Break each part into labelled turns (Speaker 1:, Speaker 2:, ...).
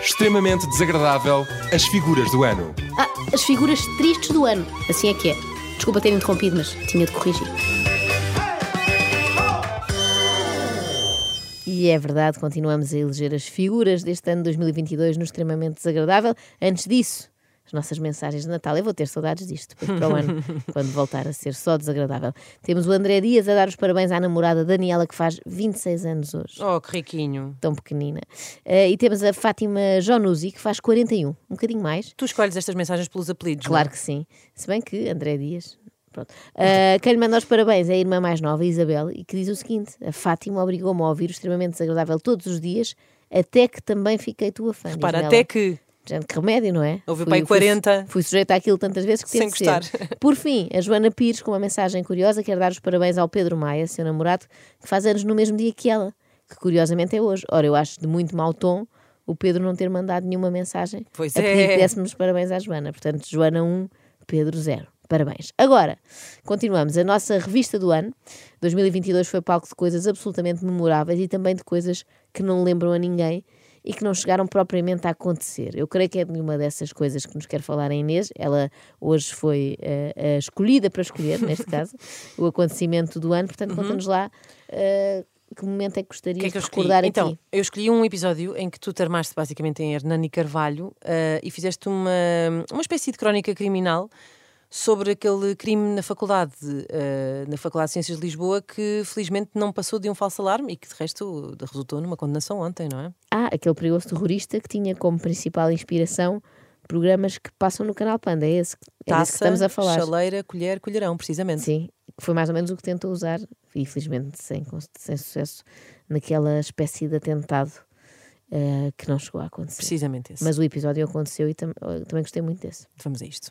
Speaker 1: extremamente desagradável as figuras do ano.
Speaker 2: Ah, as figuras tristes do ano. Assim é que é. Desculpa ter interrompido, mas tinha de corrigir.
Speaker 3: E é verdade, continuamos a eleger as figuras deste ano 2022 no extremamente desagradável. Antes disso, as nossas mensagens de Natal. Eu vou ter saudades disto depois para o ano, quando voltar a ser só desagradável. Temos o André Dias a dar os parabéns à namorada Daniela, que faz 26 anos hoje.
Speaker 4: Oh, que riquinho.
Speaker 3: Tão pequenina. Eh, e temos a Fátima Jonuzi, que faz 41, um bocadinho mais.
Speaker 4: Tu escolhes estas mensagens pelos apelidos. é?
Speaker 3: Claro que sim. Se bem que André Dias. Pronto. Ah, quem lhe manda os parabéns é a irmã mais nova, Isabel, e que diz o seguinte: A Fátima obrigou-me a ouvir o extremamente desagradável todos os dias, até que também fiquei tua fã. diz
Speaker 4: não é? Para
Speaker 3: nela.
Speaker 4: até que.
Speaker 3: Gente, que remédio, não é?
Speaker 4: Ouvi
Speaker 3: Fui-
Speaker 4: bem
Speaker 3: fui-
Speaker 4: 40.
Speaker 3: Fui, sujeita àquilo tantas vezes que
Speaker 4: Sem
Speaker 3: teve de ser.
Speaker 4: gostar.
Speaker 3: Por fim, a Joana Pires, com uma mensagem curiosa, quer dar os parabéns ao Pedro Maia, seu namorado, que faz anos no mesmo dia que ela, que curiosamente é hoje. Ora, eu acho de muito mau tom o Pedro não ter mandado nenhuma mensagem
Speaker 4: Pois
Speaker 3: a pedir
Speaker 4: é.
Speaker 3: que dessemos parabéns à Joana. Portanto, Joana 1, Pedro 0. Parabéns. Agora, continuamos. A nossa revista do ano, 2022, foi palco de coisas absolutamente memoráveis e também de coisas que não lembram a ninguém e que não chegaram propriamente a acontecer. Eu creio que é de uma dessas coisas que nos quer falar a Inês. Ela hoje foi eh, eh, escolhida para escolher, neste caso, o acontecimento do ano. Portanto, conta-nos lá eh, que momento é que
Speaker 4: O
Speaker 3: gostarias
Speaker 4: Uhum. que é que eu
Speaker 3: de
Speaker 4: escolhi?
Speaker 3: recordar aqui.
Speaker 4: Então, eu escolhi um episódio em que tu te armaste basicamente em Hernani Carvalho ah, e fizeste uma, uma espécie de crónica criminal sobre aquele crime na faculdade, ah, na Faculdade de Ciências de Lisboa, que felizmente não passou de um falso alarme e que de resto resultou numa condenação ontem, não é?
Speaker 3: Ah, aquele perigoso terrorista que tinha como principal inspiração programas que passam no canal Panda, é esse que, é desse que estamos a falar.
Speaker 4: chaleira, colher, colherão, precisamente.
Speaker 3: Sim, que foi mais ou menos o que tentou usar, e infelizmente sem, cons- sem sucesso, naquela espécie de atentado eh, que não chegou a acontecer.
Speaker 4: Precisamente esse.
Speaker 3: Mas o episódio aconteceu e tam- eu também gostei muito desse.
Speaker 4: Vamos a isto.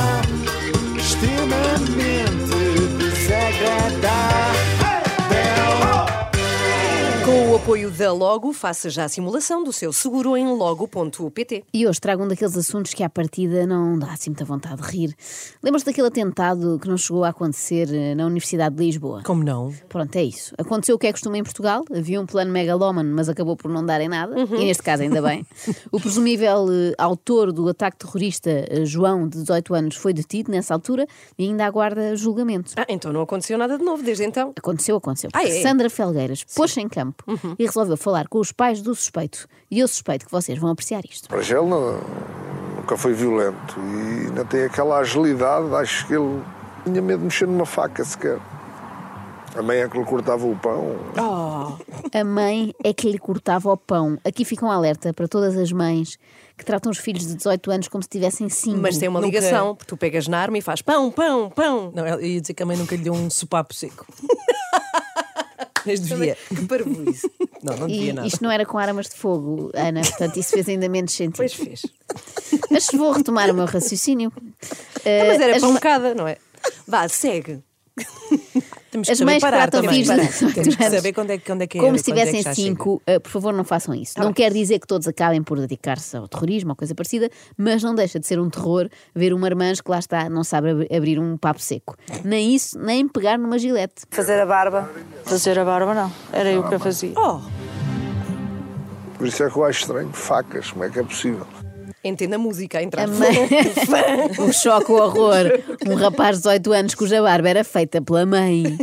Speaker 1: extremamente desagradável.
Speaker 5: Com o apoio da Logo, faça já a simulação do seu seguro em logo.pt.
Speaker 2: E hoje trago um daqueles assuntos que à partida não dá assim muita vontade de rir. Lembras daquele atentado que não chegou a acontecer eh, na Universidade de Lisboa?
Speaker 4: Como não?
Speaker 2: Pronto, é isso. Aconteceu o que é costume em Portugal. Havia um plano megalómano, mas acabou por não dar em nada. E neste caso, ainda bem. O presumível eh, autor do ataque terrorista, eh, João, de 18 anos, foi detido nessa altura e ainda aguarda julgamento.
Speaker 5: Ah, então não aconteceu nada de novo desde então.
Speaker 2: Aconteceu, aconteceu.
Speaker 5: Ah,
Speaker 2: Porque
Speaker 5: é? Uhum.
Speaker 2: Sandra Felgueiras pôs-se em campo e resolveu falar com os pais do suspeito. E eu suspeito que vocês vão apreciar isto.
Speaker 6: Para já ele não- nunca foi violento e ainda tem aquela agilidade, acho que ele tinha medo de mexer numa faca sequer. A mãe é que lhe cortava o pão.
Speaker 2: A mãe é que lhe cortava o pão. Aqui fica um alerta para todas as mães que tratam os filhos de 18 anos como se tivessem 5.
Speaker 5: Mas tem uma
Speaker 4: Nunca.
Speaker 5: ligação, tu pegas na arma e faz pão, pão, pão.
Speaker 4: Não, eu ia dizer que a mãe nunca lhe deu um sopapo seco. Mas devia.
Speaker 5: Que parvoíce.
Speaker 4: Não,
Speaker 5: um
Speaker 4: não
Speaker 2: E
Speaker 4: devia nada.
Speaker 2: isto não era com armas de fogo, Ana, portanto isso fez ainda menos sentido.
Speaker 5: Pois fez.
Speaker 2: Mas vou retomar o meu raciocínio. Eh,
Speaker 5: Então, Mas era
Speaker 2: as-
Speaker 5: pancada, não é? Vá, segue.
Speaker 4: Temos
Speaker 2: as mães que tratam
Speaker 4: também.
Speaker 2: filhos de-
Speaker 4: Temos que saber quando é, que- quando é que é.
Speaker 2: como se
Speaker 4: quando é que
Speaker 2: tivessem
Speaker 4: já chega. Tá
Speaker 2: cinco, eh, por favor, não façam isso. não quer dizer que todos acabem por dedicar-se ao terrorismo ou coisa parecida, mas não deixa de ser um terror ver uma irmã que lá está, não sabe ab- abrir um papo seco. Nem isso, nem pegar numa gilete.
Speaker 4: Tá
Speaker 7: Fazer a barba. Fazer a barba não. Era eu que a fazia.
Speaker 4: Oh,
Speaker 6: Por isso é que eu acho estranho. Facas, como é que é possível?
Speaker 5: Entenda a música, a entrar.
Speaker 2: A mãe- É o choque, o horror. Um rapaz de 18 anos cuja barba era feita pela mãe.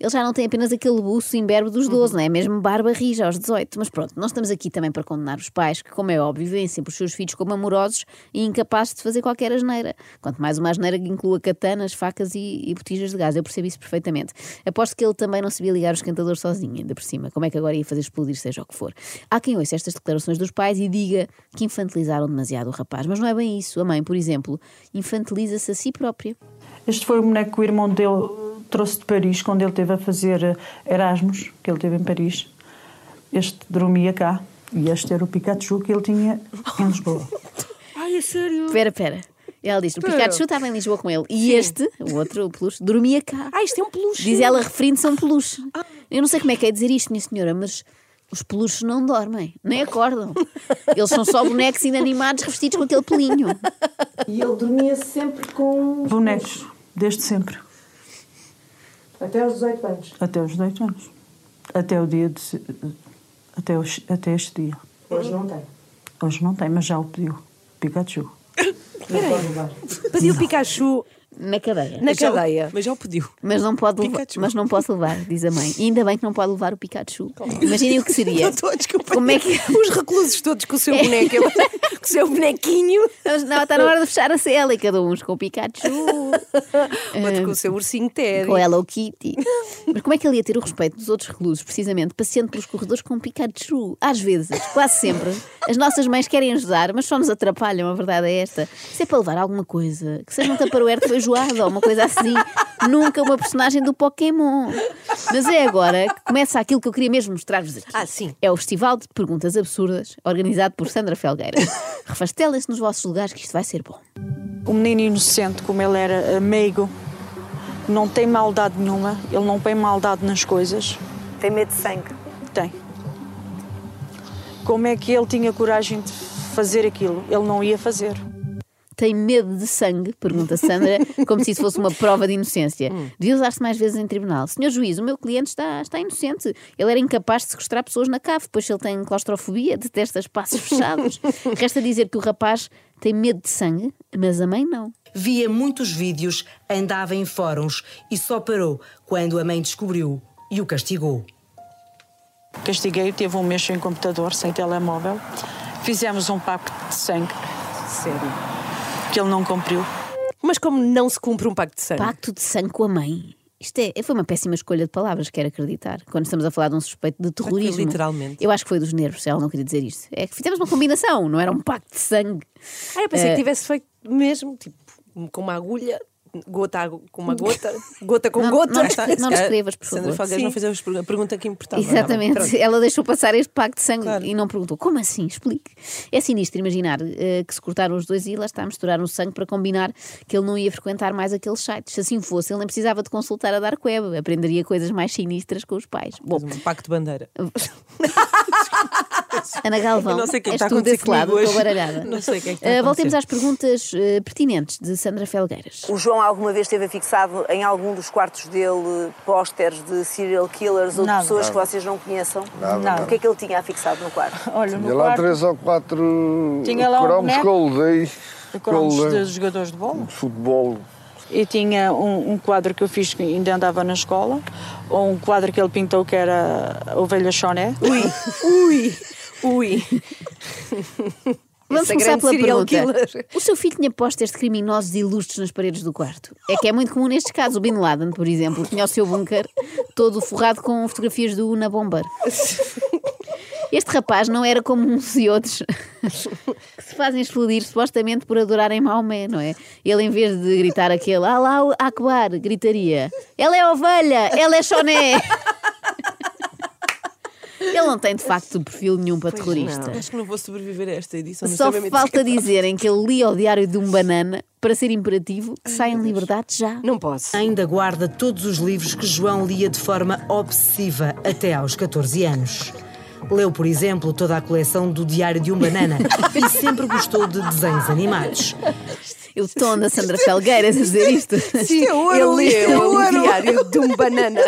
Speaker 2: Ele já não tem apenas aquele buço imberbe dos 12, não é? Mesmo barba rija aos 18. Mas pronto, nós estamos aqui também para condenar os pais que, como é óbvio, veem sempre os seus filhos como amorosos e incapazes de fazer qualquer asneira. Quanto mais uma asneira que inclua katanas, facas e, e botijas de gás. Eu percebo isso perfeitamente. Aposto que ele também não sabia ligar os cantadores sozinho, ainda por cima. Como é que agora ia fazer explodir, seja o que for? Há quem ouça estas declarações dos pais e diga que infantilizaram demasiado o rapaz. Mas não é bem isso. A mãe, por exemplo, infantiliza-se a si própria.
Speaker 7: Este foi o boneco que o irmão dele trouxe de Paris, quando ele esteve a fazer eh, Erasmus, que ele teve em Paris. Este dormia cá. E este era o Pikachu que ele tinha em Lisboa.
Speaker 2: Pera, pera. Ela diz: o Pikachu estava em Lisboa com ele. E este, o outro, o peluche, dormia cá.
Speaker 4: ah, isto é um peluche.
Speaker 2: Diz ela, referindo-se a um peluche. Eu não sei como é que é dizer isto, minha senhora, mas os peluches não dormem, nem acordam. Eles são só bonecos inanimados revestidos com aquele pelinho.
Speaker 8: E ele dormia sempre com.
Speaker 7: Bonecos, desde sempre.
Speaker 8: Até aos 18 anos.
Speaker 7: até os 18 anos. Até o dia de, se- até, os- até este dia.
Speaker 8: Hoje não tem.
Speaker 7: Hoje não tem, mas já o pediu. Pikachu.
Speaker 8: Não pode levar.
Speaker 5: Pediu Pikachu
Speaker 2: Na cadeia.
Speaker 5: na cadeia.
Speaker 4: Mas já o pediu.
Speaker 2: Mas não, pode levar-
Speaker 4: Pikachu.
Speaker 2: mas não posso levar, diz a mãe. E ainda bem que não pode levar o Pikachu. Imaginem o que seria. Como é que.
Speaker 5: Os reclusos todos com o seu boneco, ele- com o seu bonequinho,
Speaker 2: Não, está na hora de fechar a cela e cada um uns com o Pikachu,
Speaker 5: outro com o seu ursinho Teddy.
Speaker 2: com a Hello Kitty. Mas como é que ele ia ter o respeito dos outros reclusos, precisamente, passeando pelos corredores com o Pikachu? Às vezes, quase sempre, as nossas mães querem ajudar, mas só nos atrapalham, a verdade é esta. Se é para levar alguma coisa, que seja um taparoeiro de feijoada ou uma coisa assim, nunca uma personagem do Pokémon. Mas é agora que começa aquilo que eu queria mesmo mostrar-vos aqui.
Speaker 5: Ah, sim.
Speaker 2: É o Festival de Perguntas Absurdas, organizado por Sandra Felgueira. Refastelem-se nos vossos lugares que isto vai ser bom.
Speaker 7: O menino inocente, como ele era meigo, não tem maldade nenhuma, ele não tem maldade nas coisas.
Speaker 8: Tem medo de sangue.
Speaker 7: Tem. Como é que ele tinha coragem de fazer aquilo? Ele não ia fazer.
Speaker 2: Tem medo de sangue? Pergunta Sandra, como se isso fosse uma prova de inocência. Devia usar-se mais vezes em tribunal. Ah, Senhor juiz, o meu cliente está, está inocente. Ele era incapaz de sequestrar pessoas na cave, pois ele tem claustrofobia, detesta espaços fechados. Resta dizer que o rapaz tem medo de sangue, mas a mãe não.
Speaker 9: Via muitos vídeos, andava em fóruns e só parou quando a mãe descobriu e o castigou.
Speaker 7: Castiguei, teve um mês sem computador, sem telemóvel. Fizemos um pacto de sangue. Sério? Que ele não cumpriu.
Speaker 5: Mas como não se cumpre um pacto de sangue?
Speaker 2: Pacto de sangue com a mãe. Isto é, foi uma péssima escolha de palavras, quero acreditar. Quando estamos a falar de um suspeito de terrorismo.
Speaker 4: literalmente.
Speaker 2: Eu acho que foi dos nervos, ela não queria dizer isto. É que fizemos uma combinação, não era um pacto de sangue.
Speaker 5: Ah, eu
Speaker 2: É.
Speaker 5: pensei que tivesse feito mesmo, tipo, com uma agulha, gota a- com uma gota, gota com
Speaker 2: Não-
Speaker 5: gota.
Speaker 2: não descre- não descrevas, por
Speaker 4: Sandra
Speaker 2: favor.
Speaker 4: Falgueiras
Speaker 2: Sim.
Speaker 4: não fez a pergunta que importava.
Speaker 2: Exatamente.
Speaker 4: Tá bem,
Speaker 2: Ela deixou passar este pacto de sangue e não perguntou como assim? Explique. É sinistro imaginar eh, que se cortaram os dois e lá está, misturaram o sangue para combinar que ele não ia frequentar mais aqueles sites. Se assim fosse, ele nem precisava de consultar a Dark Web, aprenderia coisas mais sinistras com os pais. Bom,
Speaker 4: pronto. Um pacto de bandeira.
Speaker 2: Ana Galvão,
Speaker 4: Eu não sei o que é
Speaker 2: és
Speaker 4: que está a
Speaker 2: tu
Speaker 4: acontecer
Speaker 2: desse lado,
Speaker 4: comigo
Speaker 2: estou
Speaker 4: hoje.
Speaker 2: baralhada.
Speaker 4: Não sei o que é que está a
Speaker 2: Eh, Voltemos
Speaker 4: acontecer.
Speaker 2: às perguntas eh, pertinentes de Sandra Felgueiras.
Speaker 10: O João alguma vez teve fixado em algum dos quartos dele pósteres de serial killers ou
Speaker 7: Nada.
Speaker 10: de pessoas que vocês não conheçam?
Speaker 6: Nada, Nada.
Speaker 10: O que é que ele tinha fixado no quarto?
Speaker 7: Olha,
Speaker 6: Tinha lá três ou quatro
Speaker 7: Tinha lá um
Speaker 6: cromos que eu lhe dei.
Speaker 7: cromos
Speaker 6: que eu lhe dei.
Speaker 7: de jogadores de bola.
Speaker 6: De futebol.
Speaker 7: E tinha um, um quadro que eu fiz que ainda andava na escola, ou um quadro que ele pintou que era a Ovelha Choné.
Speaker 5: Ui, ui.
Speaker 2: Vamos
Speaker 5: Essa
Speaker 2: começar
Speaker 5: grande
Speaker 2: pela
Speaker 5: serial
Speaker 2: pergunta.
Speaker 5: killer.
Speaker 2: O seu filho tinha posters de criminosos ilustres nas paredes do quarto. É que é muito comum nestes casos. O Bin Laden, por exemplo, tinha o seu bunker todo forrado com fotografias do Una Bomber. Este rapaz não era como uns e outros que se fazem explodir supostamente por adorarem Maomé, não é? Ele, em vez de gritar aquele Alá Akbar, gritaria: Ela é ovelha, ela é choné. Ele não tem de facto perfil nenhum para terrorista.
Speaker 4: Acho que não vou sobreviver a esta edição.
Speaker 5: é
Speaker 2: Só falta dizerem que ele lia o diário de um banana para ser imperativo que saia em liberdade já.
Speaker 5: Não posso.
Speaker 9: Ainda guarda todos os livros que João lia de forma obsessiva até aos 14 anos. Leu, por exemplo, toda a coleção do Diário de um Banana e sempre gostou de desenhos animados.
Speaker 2: E o tom da Sandra Felgueiras a dizer isto.
Speaker 5: Sim, ele leu o diário de um banana.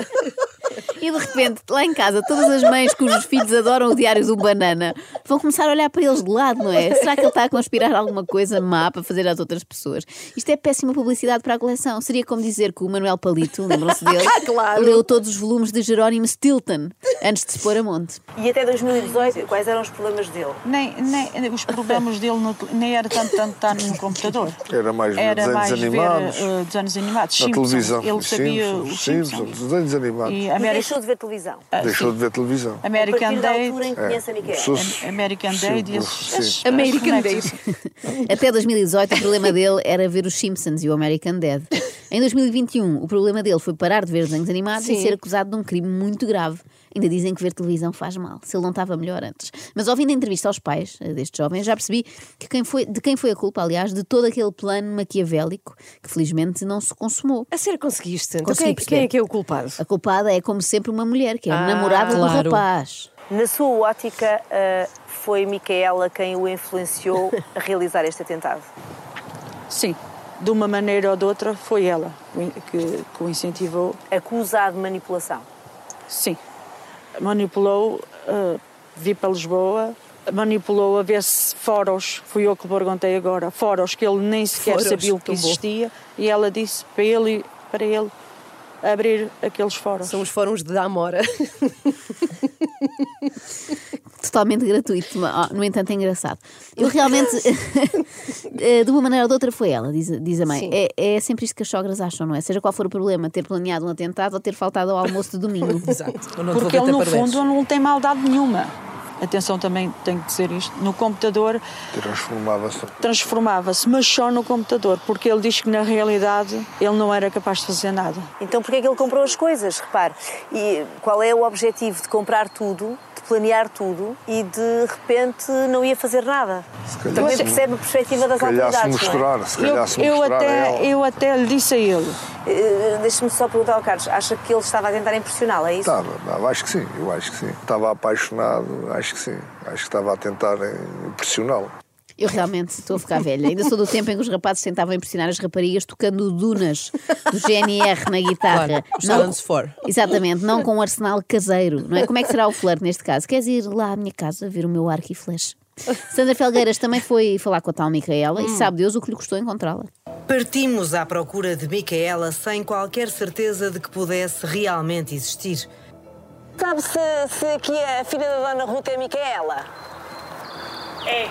Speaker 2: E de repente, lá em casa, todas as mães cujos filhos adoram o diário do banana vão começar a olhar para eles de lado, não é? Será que ele está a conspirar alguma coisa má para fazer às outras pessoas? Isto é péssima publicidade para a coleção. Seria como dizer que o Manuel Palito, lembram-se dele,
Speaker 5: Ah, Claro.
Speaker 2: leu todos os volumes de Jerónimo Stilton antes de se pôr a monte.
Speaker 10: E até 2018, quais eram os problemas dele?
Speaker 7: Nem, nem- os problemas dele no tele- nem era tanto, tanto, tanto no computador.
Speaker 6: Era mais ver
Speaker 7: Era
Speaker 6: desenhos
Speaker 7: mais
Speaker 6: animados.
Speaker 7: ver eh, desenhos animados.
Speaker 6: Na
Speaker 7: Simpsons.
Speaker 6: televisão.
Speaker 7: Ele
Speaker 6: Os
Speaker 7: sabia
Speaker 6: Simpsons,
Speaker 7: os
Speaker 6: Simpsons,
Speaker 7: Simpsons.
Speaker 6: desenhos animados.
Speaker 7: E
Speaker 10: Mas
Speaker 7: Ameri-
Speaker 10: deixou de ver televisão.
Speaker 7: ah,
Speaker 6: Deixou
Speaker 7: sim.
Speaker 6: de ver televisão.
Speaker 10: a
Speaker 7: American
Speaker 10: partir da altura é
Speaker 7: Dad.
Speaker 10: em
Speaker 6: É.
Speaker 10: que conhece a Micaela.
Speaker 6: Pessoas-
Speaker 7: American Dad e esses-
Speaker 6: sim.
Speaker 7: esses-
Speaker 5: American
Speaker 7: esses-
Speaker 5: Dad.
Speaker 2: Até 2018, o problema dele era ver os Simpsons e o American Dad. Em 2021, o problema dele foi parar de ver desenhos animados e
Speaker 5: Sim.
Speaker 2: ser acusado de um crime muito grave. Ainda dizem que ver televisão faz mal, se ele não estava melhor antes. Mas ouvindo a entrevista aos pais eh, deste jovem, eu já percebi que quem foi, de quem foi a culpa, aliás, de todo aquele plano maquiavélico que felizmente não se consumou.
Speaker 5: A sério, conseguiste? Então,
Speaker 2: Consegui
Speaker 5: quem, é,
Speaker 2: perceber.
Speaker 5: quem é que é o culpado?
Speaker 2: A culpada é, como sempre, uma mulher, que é a
Speaker 5: Ah,
Speaker 2: namorada do
Speaker 4: claro.
Speaker 2: rapaz.
Speaker 10: Na sua ótica, ah, foi Micaela quem o influenciou a realizar este atentado?
Speaker 7: Sim, de uma maneira ou de outra, foi ela que, que o incentivou.
Speaker 10: Acusado de manipulação.
Speaker 7: Sim. Manipulou, eh, vi para Lisboa, manipulou a ver se fóruns, fui eu que perguntei agora, fóruns que ele nem sequer
Speaker 5: Fóruns,
Speaker 7: sabia o que
Speaker 5: tão bom.
Speaker 7: existia, e ela disse para ele, para ele abrir aqueles fóruns.
Speaker 5: São os fóruns de Amora.
Speaker 2: totalmente gratuito, mas, oh, no entanto é engraçado. Eu realmente, eh, de uma maneira ou de outra, foi ela, diz, diz a mãe. É, é sempre isto que as sogras acham, não é? Seja qual for o problema, ter planeado um atentado ou ter faltado ao almoço de domingo.
Speaker 4: Exato. Eu não te vou
Speaker 7: Porque ele,
Speaker 4: bater
Speaker 7: no
Speaker 4: parabéns.
Speaker 7: fundo, não tem maldade nenhuma. Atenção, também tenho que dizer isto. No computador
Speaker 6: Transformava-se.
Speaker 7: transformava-se, mas só no computador, porque ele diz que na realidade ele não era capaz de fazer nada.
Speaker 10: Então porquê é que ele comprou as coisas, repare? E qual é o objetivo de comprar tudo, de planear tudo e de repente não ia fazer nada?
Speaker 6: calhar
Speaker 7: Então,
Speaker 6: é
Speaker 10: Também
Speaker 6: se-
Speaker 10: percebe a perspectiva das
Speaker 6: Se calhar se
Speaker 10: autoridades, não é?
Speaker 6: mostrar, se calhar se
Speaker 7: Eu, eu,
Speaker 6: mostrar a ela.
Speaker 7: até, eu até lhe disse a ele,
Speaker 10: Eh, Deixa-me só perguntar ao Carlos, acha que ele estava a tentar impressioná-la, é isso?
Speaker 6: Estava, estava, acho que sim, eu acho que sim. Estava apaixonado, acho que sim. Acho que estava a tentar impressioná-lo.
Speaker 2: Eu realmente estou a ficar velha. Ainda sou do tempo em que os rapazes tentavam impressionar as raparigas tocando o Dunas do GNR na guitarra.
Speaker 1: Claro, os Silence Four.
Speaker 2: Exatamente, não com um arsenal caseiro, não é? Como é que será o flerte neste caso? Queres ir lá à minha casa ver o meu arco e flecha? Sandra Felgueiras também foi falar com a tal Micaela
Speaker 4: Hum.
Speaker 2: e sabe Deus o que lhe custou encontrá-la.
Speaker 9: Partimos à procura de Micaela sem qualquer certeza de que pudesse realmente existir.
Speaker 10: Sabe se, se aqui a filha da Dona Ruth é a Micaela? É.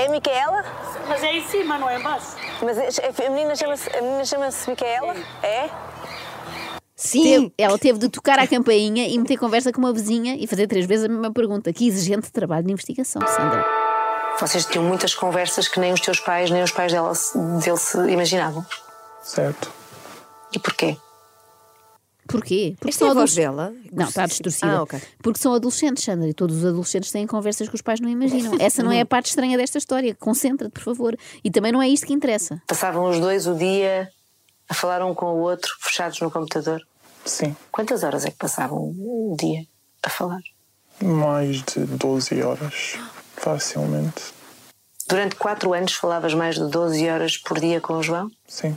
Speaker 10: É a Micaela?
Speaker 11: Mas é em cima, não é embaixo?
Speaker 10: Mas é, a a menina chama-se a menina chama-se Micaela? É?
Speaker 2: Teve- ela teve de tocar à campainha e meter conversa com uma vizinha e fazer três vezes a mesma pergunta. Que exigente trabalho de investigação, Sandra.
Speaker 10: Vocês tinham muitas conversas que nem os teus pais, nem os pais dela, se- dele se imaginavam.
Speaker 1: Certo.
Speaker 10: E porquê?
Speaker 2: Porquê? Porque
Speaker 5: Esta é a voz
Speaker 2: adolesc-
Speaker 5: dela?
Speaker 2: Não, está distorcida.
Speaker 5: Ah, ok.
Speaker 2: Porque são adolescentes, Sandra, e todos os adolescentes têm conversas que os pais não imaginam. Essa não é a parte estranha desta história. Concentra-te, por favor. E também não é isto que interessa.
Speaker 10: Passavam os dois o dia a falar um com o outro, fechados no computador.
Speaker 1: Sim.
Speaker 10: Quantas horas é que passavam o dia a falar?
Speaker 1: Mais de 12 horas. Facilmente.
Speaker 10: Durante quatro anos falavas mais de 12 horas por dia com o João?
Speaker 1: Sim.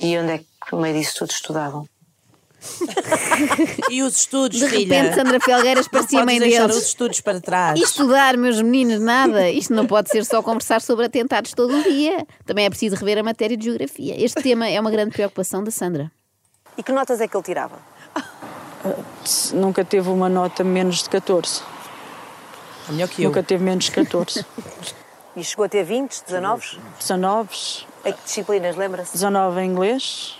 Speaker 10: E onde é que no meio disso tudo estudavam?
Speaker 11: E os estudos,
Speaker 2: De
Speaker 11: filha?
Speaker 2: repente, Sandra Felgueiras parecia
Speaker 11: Podes
Speaker 2: mãe
Speaker 11: deixar os
Speaker 2: deles.
Speaker 11: estudos para trás.
Speaker 2: E estudar, meus meninos, nada. Isto não pode ser só conversar sobre atentados todo o dia. Também é preciso rever a matéria de geografia. Este tema é uma grande preocupação da Sandra.
Speaker 10: E que notas é que ele tirava?
Speaker 7: "Se nunca teve uma nota menos de 14,
Speaker 11: É melhor que eu.
Speaker 7: nunca teve menos de 14.
Speaker 10: E chegou a ter 20, 19?
Speaker 7: 19,
Speaker 10: A que disciplinas, lembra-se?
Speaker 7: 19 em inglês,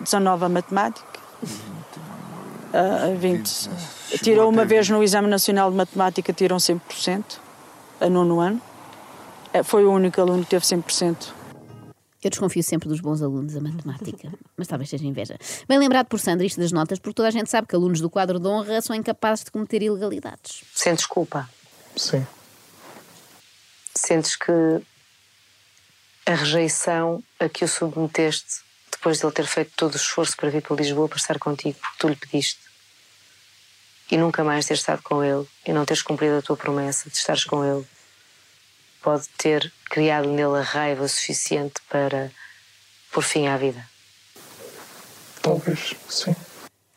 Speaker 7: 19 a matemática,
Speaker 11: Uhum.
Speaker 7: ah, 20. Tirou uma vez no Exame Nacional de Matemática, tiram 100%, a nono ano. Eh, Foi o único aluno que teve 100%.
Speaker 2: Eu desconfio sempre dos bons alunos da matemática, mas talvez seja inveja. Bem lembrado por Sandra isto das notas, porque toda a gente sabe que alunos do quadro de honra são incapazes de cometer ilegalidades.
Speaker 10: Sentes culpa?
Speaker 1: Sim.
Speaker 10: Sentes que a rejeição a que o submeteste depois de ele ter feito todo o esforço para vir para Lisboa para estar contigo, porque tu lhe pediste, e nunca mais ter estado com ele e não teres cumprido a tua promessa de estares com ele, pode ter criado nele a raiva suficiente para pôr fim à vida.
Speaker 1: Talvez. Sim.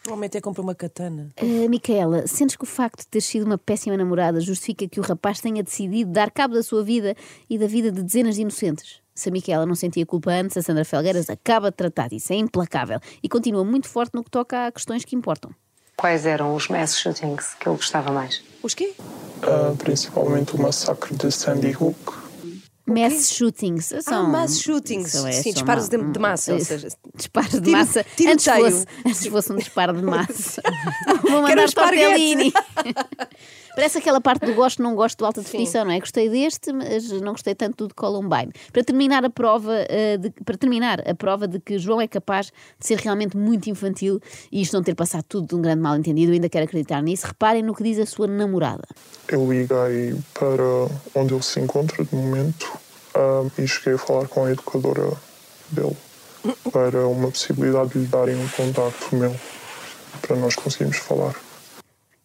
Speaker 11: O homem até compra uma katana.
Speaker 4: Eh,
Speaker 2: Ah, Micaela, sentes que o facto de ter sido uma péssima namorada justifica que o rapaz tenha decidido dar cabo da sua vida e da vida de dezenas de inocentes? Se a Micaela não sentia culpa
Speaker 4: é
Speaker 2: antes, a Sandra Felgueiras acaba de tratar disso, é implacável e continua muito forte no que toca a questões que importam.
Speaker 10: Quais eram os mass shootings que ele gostava mais?
Speaker 11: Os quê?
Speaker 1: Ah, principalmente o massacre de Sandy Hook.
Speaker 2: Mass shootings. São,
Speaker 5: Ah, mass shootings.
Speaker 2: são- é
Speaker 5: Sim,
Speaker 2: são
Speaker 5: disparos de-
Speaker 2: uma-
Speaker 5: de massa, ou
Speaker 2: eh,
Speaker 5: seja,
Speaker 2: disparos de
Speaker 5: tiro-
Speaker 2: massa. Antes
Speaker 5: tiroteio.
Speaker 2: fosse, antes fosse um disparo de massa. Vou
Speaker 5: Quero um
Speaker 2: mandar para o
Speaker 5: esparguete.
Speaker 2: Tellini. Parece aquela parte do gosto, não gosto de alta definição, não é? Gostei deste, mas não gostei tanto do de Columbine. Para terminar a prova, eh, de, para terminar a prova de que João é capaz de ser realmente muito infantil e isto não ter passado tudo de um grande mal-entendido, eu ainda quero acreditar nisso. Reparem no que diz a sua namorada.
Speaker 1: Eu liguei para onde ele se encontra de momento ah, e cheguei a falar com a educadora dele para uma possibilidade de lhe darem um contacto meu para nós conseguirmos falar.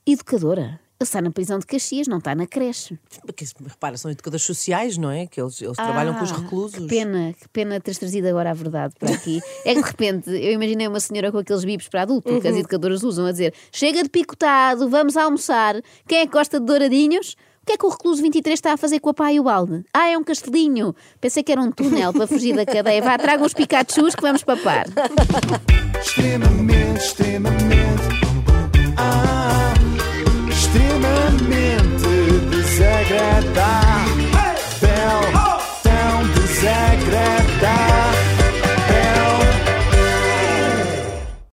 Speaker 2: Educadora. Ele está na prisão de Caxias, não está na creche.
Speaker 11: Porque, repara, são educadores sociais, não é? Que eles, eles trabalham com os
Speaker 2: Ah,
Speaker 11: reclusos.
Speaker 2: Que pena, que pena teres trazido agora a verdade para aqui. é que de repente eu imaginei uma senhora com aqueles bibes para adulto que as
Speaker 3: Uhum.
Speaker 2: educadoras usam a dizer: chega de picotado, vamos almoçar. Quem é que gosta de douradinhos? O que é que o recluso 23 está a fazer com a pá e o balde? Ah, é um castelinho. Pensei que era um túnel para fugir da cadeia. Vá, traga uns Pikachus que vamos papar.
Speaker 12: extremamente, extremamente.